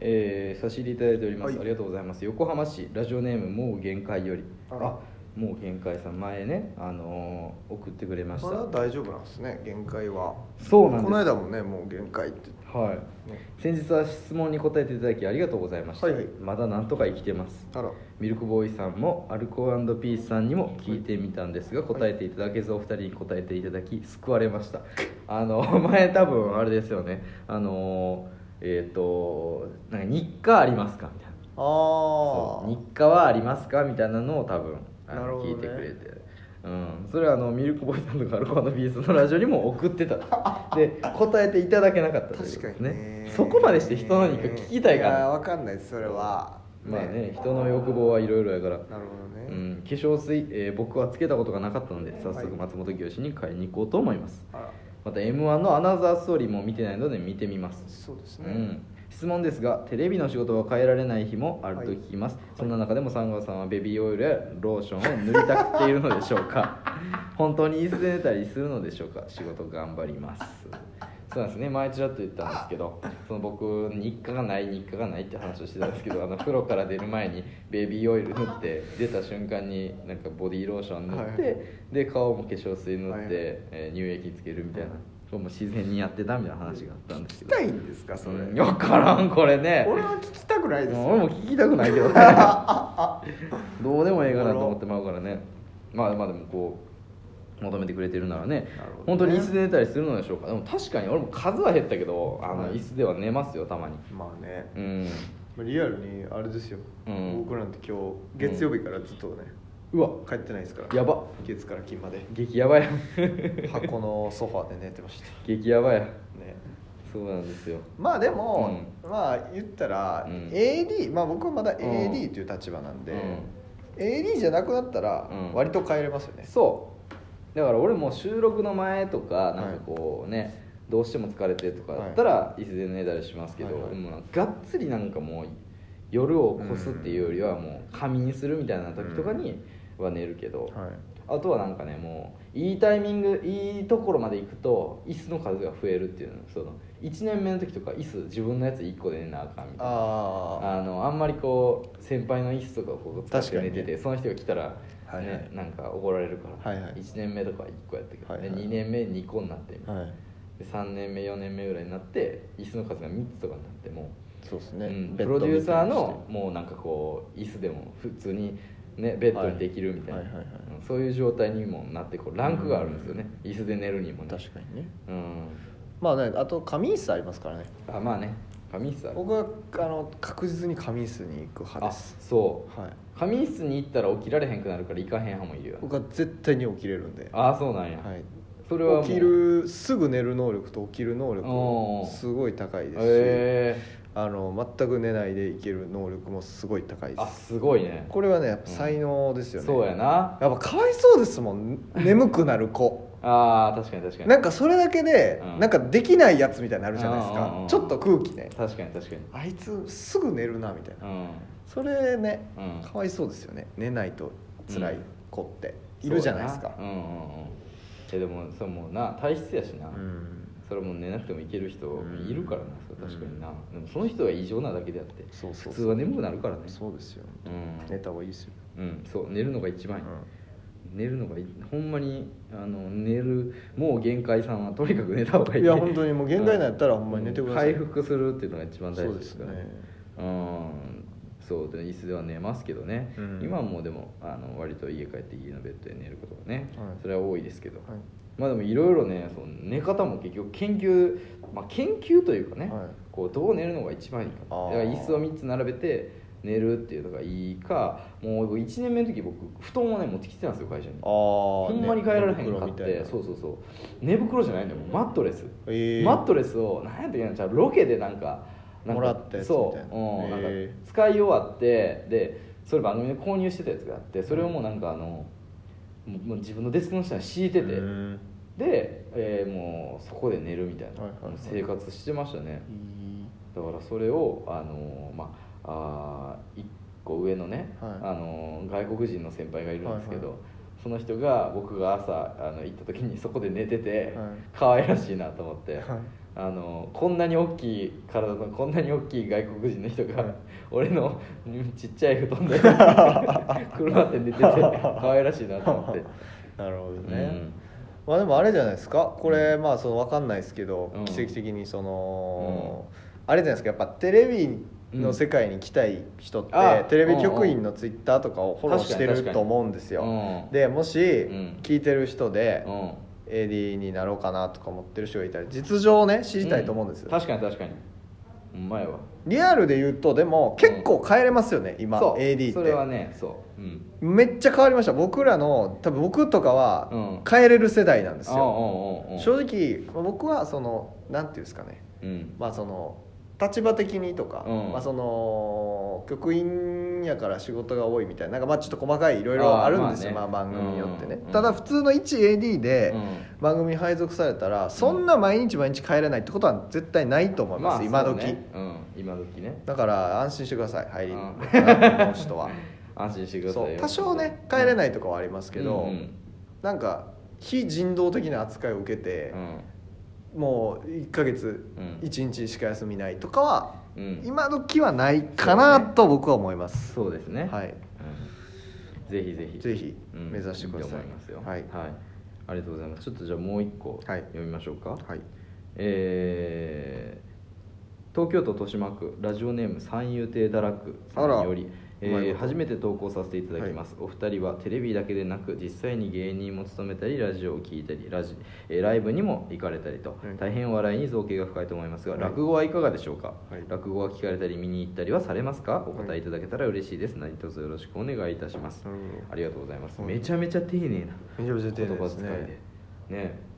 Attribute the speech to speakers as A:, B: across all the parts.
A: えー、差し入れいただいております、
B: はい
A: ありがとうございます横浜市ラジオネームもう限界より
B: あ
A: あ
B: ら
A: もう限界さん前ね、あのー送ってくれました
B: まだ大丈夫なんですね限界は
A: そうなんです
B: この間もねもう限界って
A: はい
B: ね
A: 先日は質問に答えていただきありがとうございました、
B: はいはい
A: まだなんとか生きてます
B: あら
A: ミルクボーイさんもアルコピースさんにも聞いてみたんですが答えていただけずお二人に答えていただき救われました あの前多分あれですよねあのえっ、となんか日課ありますかみたいな
B: あ
A: そう日課はありますかみたいなのを多分あ
B: なるほ
A: の
B: どね
A: 聞いてくれて、うん、それはあのミルクボーイさんとかアルコピースのラジオにも送って たで答えていただけなかったという
B: 確
A: こと
B: か
A: です
B: にね
A: そこまでして人の日課聞きたいか
B: いや
A: ら
B: わかんないですそれは
A: まあね人の欲望はいろいろやから
B: なるほどね、
A: うん、化粧水、えー僕はつけたことがなかったので早速松本清志に買いに行こうと思います
B: あら
A: また m 1のアナザーストーリーも見てないので見てみます、
B: そうです
A: う
B: ね、
A: ん、質問ですがテレビの仕事は変えられない日もあると聞きます、そんな中でもサンゴさんはベビーオイルやローションを塗りたくているのでしょう か本当にいつ出たりするのでしょうか仕事頑張りますそうなんですね前ちらっと言ったんですけどその僕日課がない日課がないって話をしてたんですけどあの風呂から出る前にベビーオイル塗って出た瞬間になんかボディーローション塗って、
B: はい
A: で顔も化粧水塗って、
B: はい
A: えー乳液つけるみたいなこれも自然にやってたみたいな話があったんですけ
B: 聞き
A: ど
B: たいんですかそれ、
A: うんわからんこれね
B: 俺は聞きたくないです
A: う
B: よ
A: ん俺も聞きたくないけどね どうでもええかなと思ってまうからねまあまあでもこう求めてくれてるならね
B: なるほどね
A: 本当に椅子で寝たりするのでしょうかでも確かに俺も数は減ったけどあ
B: は
A: の
B: い
A: 椅子では寝ますよたまに
B: まあね、
A: うん
B: まあリアルにあれですよ、
A: うん
B: 僕なんて今日月曜日からずっとね、
A: うわ
B: 帰ってないですから
A: やば
B: 月から金 まで
A: 激ヤバや
B: 箱のソファーで寝てました
A: 激ヤバや
B: ね
A: そうなんですよ
B: まあでも、まあ言ったら、
A: うん
B: AD まあ僕はまだ
A: うん
B: AD という立場なんで、AD じゃなくなったら
A: うん
B: 割と変えれますよね、
A: そうだから俺も収録の前とかなんかこうね、どうしても疲れてとかだったら椅子で寝たりしますけど、
B: はいはい
A: でもなんかがっつりなんかもう夜を越すっていうよりはもう仮眠するみたいな時とかには寝るけど、
B: はい
A: あとはなんかねもういいタイミングいいところまで行くと椅子の数が増えるっていうのその1年目の時とか椅子自分のやつ1個で寝なあかんみたいな
B: ああ
A: あのあんまりこう先輩の椅子とかをこう使っ
B: 確
A: て
B: か
A: 寝
B: にね
A: てて、その人が来たら、ね
B: はいはい
A: なんか怒られるから、
B: はいはい
A: 1年目とかは1個やったけど、
B: はいはい
A: で2年目2個になって、
B: はい
A: で3年目4年目ぐらいになって椅子の数が3つとかになっても
B: そうです
A: う、
B: ね、
A: うんプ
B: ベッ
A: ロ
B: ド
A: デューサーのもうなんかこう椅子でも普通に、ね、ベッドにできるみたいな、
B: はいはいはいはい
A: うんそういう状態にもなってこうランクがあるんですよね、椅子で寝るにもね
B: 確かにね
A: うん、
B: まあねあと仮眠室ありますからね
A: あまあね紙椅子ある
B: 僕はあの確実に仮眠室に行く派
A: あ
B: です
A: そう
B: はい
A: 仮眠室に行ったら起きられへんくなるから行かへん派もいるよね
B: 僕は絶対に起きれるんで
A: ああそうなんや、
B: はい
A: それはもう
B: 起きるすぐ寝る能力と起きる能
A: おー
B: 力すごい高いですし、
A: へ
B: あの全く寝ないでいける能力もすごい高い
A: え
B: で
A: あ
B: す
A: すごいね
B: これはねやっぱ才能ですよね、
A: そうやな
B: やっぱかわいそうですもん眠くなる子
A: あー確かに確かに
B: なんかそれだけで、
A: うん
B: なんかできないやつみたいになるじゃないです
A: うんうんう
B: か
A: ん
B: ちょっと空気ね
A: 確かに確かに
B: あいつすぐ寝るなみたいな
A: うん
B: それね
A: うん
B: かわいそうですよね寝ないと辛い子っている
A: そう
B: じゃ
A: や
B: ないですか
A: うんうんうんえでもそうもうな体質やしな、
B: うん
A: それも寝なくてもいける人
B: うん
A: いるからな、それ確かにな、でもその人が異常なだけであって
B: そうそ
A: 普
B: う
A: 通
B: そう
A: は眠くなるからね
B: そうですよ
A: うん、
B: 寝た方がいいですよ、
A: うん、そう寝るのが一番いい、
B: うん
A: 寝るのがいいほんまにあの寝るもう限界さんはとにかく寝た方がいい
B: いや本当にもう限界になったらほんまに寝てください
A: 回復するっていうのが一番大
B: そう
A: 事
B: で
A: ですすから
B: ね
A: うんそうで椅子では寝ますけどね、
B: うん
A: 今はもうでもあの割と家帰って家のベッドで寝ることがね、
B: はい
A: それは多いですけど、
B: はい
A: まあでもいろいろねその寝方も結局研究、まあ、研究というかね、
B: はい
A: こうどう寝るのが一番いいか
B: あー
A: だから椅子を3つ並べて寝るっていうのがいいかもう1年目の時僕布団をね持ってきてたんですよ会社に
B: あほ
A: ほんまに変えられへんか
B: か
A: ってそうそうそう寝袋じゃないんだよもうマットレス、
B: えー
A: マットレスを何やったっけなじゃあロケでなんかなんか
B: もらったやつみ
A: そ
B: たいな
A: う、うんなんか
B: え
A: 使い終わってでそれ番組で購入してたやつがあってそれをもうなんかあのもうもう自分のデスクの下に敷いてて、
B: うん
A: で、えーもうそこで寝るみたいな、
B: はいはいはい
A: 生活してましたねだからそれをあのーまああ1個上のね、
B: はい
A: あのー外国人の先輩がいるんですけど、
B: はい
A: その人が僕が朝あの行った時にそこで寝てて、
B: はい
A: 可愛らしいなと思って、
B: はい
A: あのこんなに大きい体のこんなに大きい外国人の人が俺のうんちっちゃい布団で車って寝てて可愛らしいなと思って。
B: なるほどね、
A: うん
B: まあでもあれじゃないですかこれ、まあその分かんないですけど、
A: うん
B: 奇跡的にその、あれじゃないですかやっぱテレビの世界に来たい人って、
A: うんあ
B: テレビ局員のツイッターとかをフォローして
A: 確かに確か
B: る
A: に
B: と思うんですよ、
A: うん
B: でもし
A: ん
B: 聞いてる人で、
A: うん
B: AD になろうかなとか思ってる人がいたら実情をね知りたいと思うんですよ、
A: 確かに確かにうまいわ
B: リアルで言うとでも結構変えれますよね、今
A: そう
B: AD って
A: それはねそううん
B: めっちゃ変わりました僕らの多分僕とか
A: う
B: は
A: ん
B: 変えれる世代なんですよ、
A: うんうんうんうん
B: 正直僕はそのなんていうんですかね
A: うん
B: まあその立場的にとか、
A: うん
B: まあその局員やから仕事が多いみたいななんかまあちょっと細かいいろいろあるんですよ
A: あー
B: まあ
A: まあね
B: 番組によってね、
A: うん
B: ただ普通の 1AD で
A: うん
B: 番組配属されたらそんな毎日毎日帰れないってことは絶対ないと思います、今
A: そう
B: 時、
A: ねうん今時ね
B: だから安心してください入り
A: うん
B: この人 は
A: 安心してください
B: そう
A: よ
B: 多少ね帰れないとかはありますけど、
A: うんうん
B: なんか非人道的な扱いを受けて、
A: うん
B: もう1ヶ月
A: うん
B: 1日しか休みないとかは、
A: うん
B: 今時はないかなと僕は思います、
A: そうですね
B: はい
A: うんぜひぜひ
B: ぜひ
A: うん
B: 目指してください
A: と思いますよ
B: はい
A: ありがとうございますちょっとじゃあもう一個
B: はい
A: 読みましょうか
B: はい
A: えー東京都豊島区ラジオネーム三遊亭堕落さ
B: あら
A: んよりえ
B: うまいこ
A: ー
B: と
A: 初めて投稿させていただきます、お二人はテレビだけでなく実際に芸人も務めたりラジオを聴いたりラジ、えーライブにも行かれたりと、
B: うん
A: 大変笑いに造形が深いと思いますが、
B: はい
A: 落語はいかがでしょうか、
B: はい
A: 落語は聞かれたり見に行ったりはされますかお答えいただけたら嬉しいです、何卒よろしくお願いいたします、
B: なるほど
A: ありがとうございます、
B: うん
A: めちゃめちゃ丁寧な
B: めちゃめちゃ丁
A: 言
B: 寧
A: 葉
B: です
A: 遣いで
B: ね
A: ね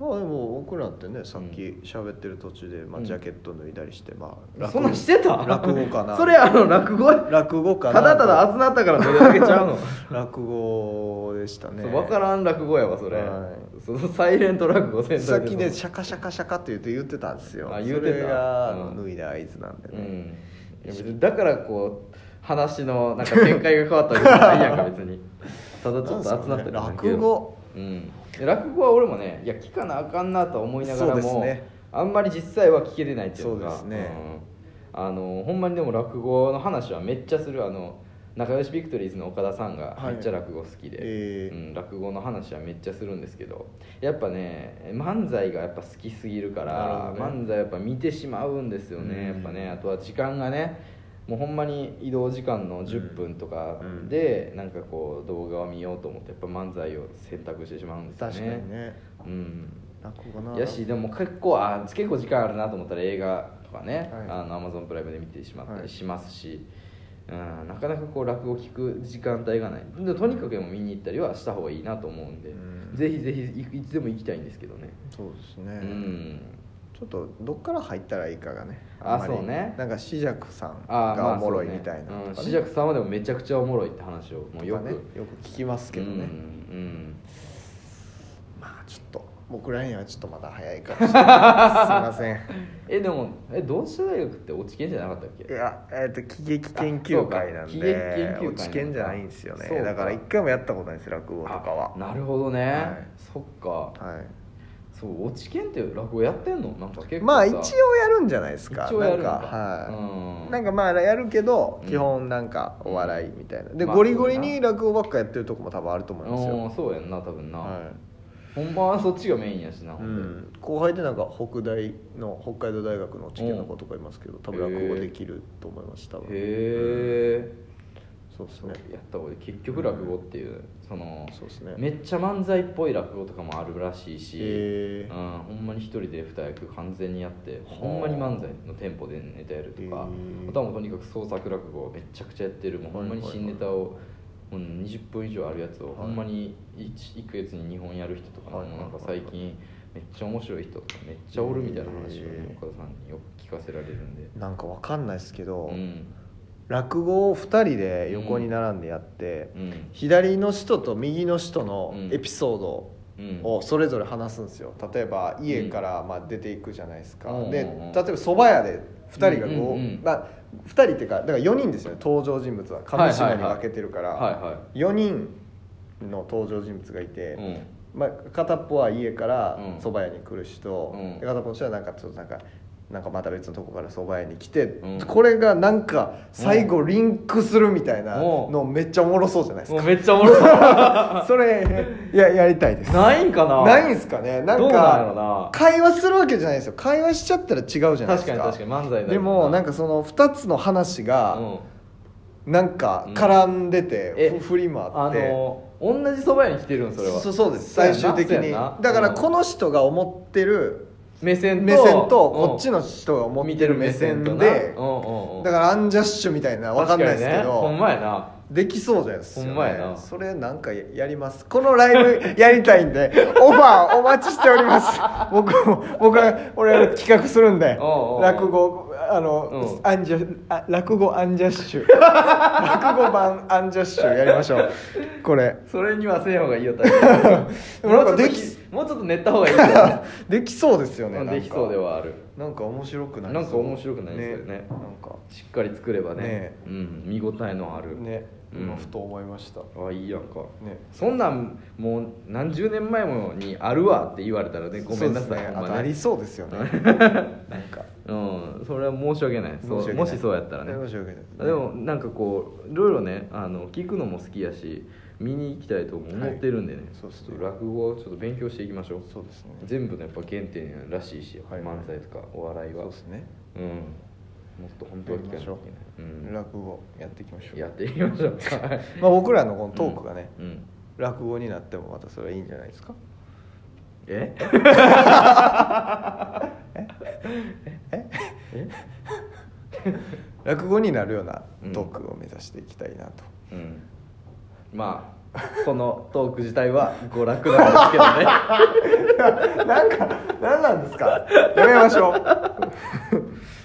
B: まあでも僕なんてねさっき
A: う
B: 喋ってる途中で、ま
A: う
B: あ、
A: ん
B: ジャケット脱いだりして、まあ
A: そんなんしてた
B: 落語か な
A: それあの落語
B: 落語か
A: た
B: な
A: だただ集まったからそれだけちゃう の、
B: 落語でしたね
A: そう分からん落語やわそれ、
B: は
A: そのサイレント落語先
B: さっきねシャカシャカシャカって言って言ってたんですよ
A: あ言うてた
B: それが
A: うん
B: 脱いだ合図なんで
A: う
B: ね、
A: んいや別にだからこう話のなんか見解が変わったわけじゃないやんか別にただちょっと集まって
B: なんすかね落語
A: うん落語は俺もねいや聞かなあかんなとは思いながら
B: そう
A: も、
B: ですね
A: あんまり実際は聞けれないっていうか
B: そうですね
A: うんあのほんまにでも落語の話はめっちゃするあの仲良しビクトリーズの岡田さんが
B: はい
A: めっちゃ落語好きで、
B: ええ
A: うん、落語の話はめっちゃするんですけどやっぱね漫才がやっぱ好きすぎるか
B: なる
A: ら、
B: ほどね
A: 漫才やっぱ見てしまうんですよね、
B: うん
A: やっぱねあとは時間がねもうほんまに移動時間の10分とかで、なんかこう動画を見ようと思ってやっぱ漫才を選択してしまうんですよね
B: 確かにね
A: うん
B: 落語かな
A: やしでも結構あ結構時間あるなと思ったら映画とかね、
B: はい
A: あのアマゾンプライムで見てしまった
B: は
A: り
B: い
A: しますし、うん、なかなかこう落語聞く時間帯がないでとにかくでも見に行ったりはした方がいいなと思うんで、
B: うん
A: ぜひぜひいいつでも行きたいんですけどね、
B: そうですね、
A: うん
B: ちょっとどっから入ったらいいかがね
A: あ
B: んまり
A: そうね
B: なんか紫尺さん
A: あーま
B: が
A: あ
B: おもろい
A: そうね
B: みたいな
A: うん
B: とか
A: 紫
B: ね
A: 尺さんはでもめちゃくちゃおもろいって話をもうよ
B: と
A: く、
B: かねよく聞きますけどね、
A: うんうん
B: まあちょっと僕らにはちょっとまだ早いかもし れないすいま
A: えでもえ同志社大学って落ち研じゃなかったっけ
B: せんいやえっ、と喜劇研究会なん
A: あそうか喜劇研
B: で
A: 究会なんだ
B: 落ち研じゃないんですよね
A: そうか
B: だから一回もやったことないです落語とかは
A: あなるほどね、
B: はい
A: そっか
B: はい
A: そう落ち研って落語やってんのなんか結構さ
B: まあ一応やるんじゃないですか
A: 一応やるんだ
B: なんかはい、
A: うん
B: なんかまあやるけど
A: うん
B: 基本なんかお笑いみたいな、で、
A: まあ
B: ゴリゴリ
A: そう
B: に
A: や
B: 落語ばっかやってるとこも多分あると思います
A: う
B: よ
A: ん、そうやんな多分な、
B: は、
A: 本番はそっちがメインやしないほ
B: うん
A: で、
B: ん、後輩でなんか北大の北海道大学の知見の子とかいますけど多分落語できると思います多
A: へ
B: 分
A: え
B: そうですね
A: やった方がいい結局落語っていう、その
B: そうですね
A: めっちゃ漫才っぽい落語とかもあるらしいし、
B: へー
A: うん、ほんまに一人で二役完全にやってほんまに漫才のテンポでネタやるとか
B: へー
A: あとはもうとにかく創作落語をめちゃくちゃやってるもうほんまに新ネタを、うん、20分以上あるやつを
B: い
A: ほんまに 1, ヶ月に2本やる人とかも
B: はいはいは
A: な
B: い
A: んか最近めっちゃ面白い人とかめっちゃおるみたいな話をね
B: へー
A: 岡田さんによく聞かせられるんで。
B: なんかわかんないですけど、
A: うん
B: 落語を2人で横に並んでやって、
A: うん
B: 左の人と右の人のエピソードを
A: うん
B: をそれぞれ話すんですよ例えば家からまあ出ていくじゃないですか、
A: うん
B: で
A: う
B: 例
A: んうん
B: えば蕎麦屋で2人がこ
A: うん
B: う、
A: うんうん
B: まあ、2人っていうかだから4人ですよね登場人物は紙芝居に分けてるから、
A: はいは
B: 4人の登場人物がいて、
A: い、うん
B: まあ、片っぽは家から
A: うん
B: 蕎麦屋に来る人、
A: うん
B: で片っぽの人はなんかちょっとなんかなんかまた別のとこから蕎麦屋に来て、
A: うん
B: これがなんか最後リンクするみたいな
A: うん
B: のめっちゃおもろそうじゃないです
A: も
B: か、
A: うめっちゃおもろそう
B: それいややりたいで す
A: ないんかな
B: ないんすかねなん
A: どうなんやろな
B: か会話するわけじゃないですよ会話しちゃったら違うじゃないです
A: 確
B: か
A: かに確かに漫才だ
B: でもなん
A: か、
B: かその2つの話
A: う
B: が
A: ん、
B: なんか絡んでて、
A: うんえ
B: ふ振り回って
A: あの同じ蕎麦屋に来てるんそれは
B: そそうです
A: そうや
B: 最
A: な
B: 終的
A: そう
B: に
A: やな
B: だから
A: うん
B: この人が思ってる
A: 目線と
B: 目線と
A: うん
B: こっちの人が思っ
A: 見
B: て
A: て
B: る
A: る
B: 目
A: 目線
B: 線
A: とな
B: で
A: うんうんうん
B: だからアンジャッシュみたいなわかんないですけ
A: 確かにねほん
B: ど
A: まやな
B: できそうじゃないですか
A: ほんまやな
B: それなんかややりますこのライブやりたいんで オファーお待ちしております 僕も僕は俺ら企画するんで
A: おうおうおう
B: 落語あの
A: うん
B: アンジャあ落語アンジャッシ ュ落語版アンジャッシュやりましょうこれ
A: それにはせん方がいいよ多 分
B: でもなんか
A: もうちょっと
B: でき
A: もうちょっと寝た方がいい よ
B: できそうですよね
A: う
B: なん
A: ん
B: か
A: できそうではある
B: なんか面白くない
A: なんか面白くないですよね
B: なんか
A: しっかり作ればね
B: ね
A: うん、見応えのある、
B: ね
A: うん
B: 今ふと思いました、
A: あいいやんか
B: ね
A: そんなんもう何十年前もにあるわって言われたらねごめんな
B: そ
A: さ
B: うで
A: い
B: すね
A: ほ
B: あ
A: ん
B: と
A: ま
B: あ
A: ね
B: りそうです よねなんか
A: うんそれは申し訳ないそう
B: 申訳ない
A: もしそうやったらね
B: 申し訳ない
A: あでもなんかこういろいろねあの聞くのも好きやし見に行きたいとも思ってるんでね、
B: いそうっすね
A: ちょっと落語をちょっと勉強していきましょう
B: そうですね
A: 全部のやっぱ原点らしいし、
B: はい
A: 漫才とかお笑いは
B: そうですね
A: うんもっと本当は聞かなきゃいけない、うん、
B: 落語やっていきましょう
A: やっていきましょう
B: まあ僕らのこの トークがね、
A: うん、うん
B: 落語になってもまたそれはいいんじゃないですか
A: え
B: え
A: え
B: 落語になるようなトークを目指していきたいなと、
A: うんまあこのトーク自体は娯楽なんですけどね
B: なんか何なんですかやめましょう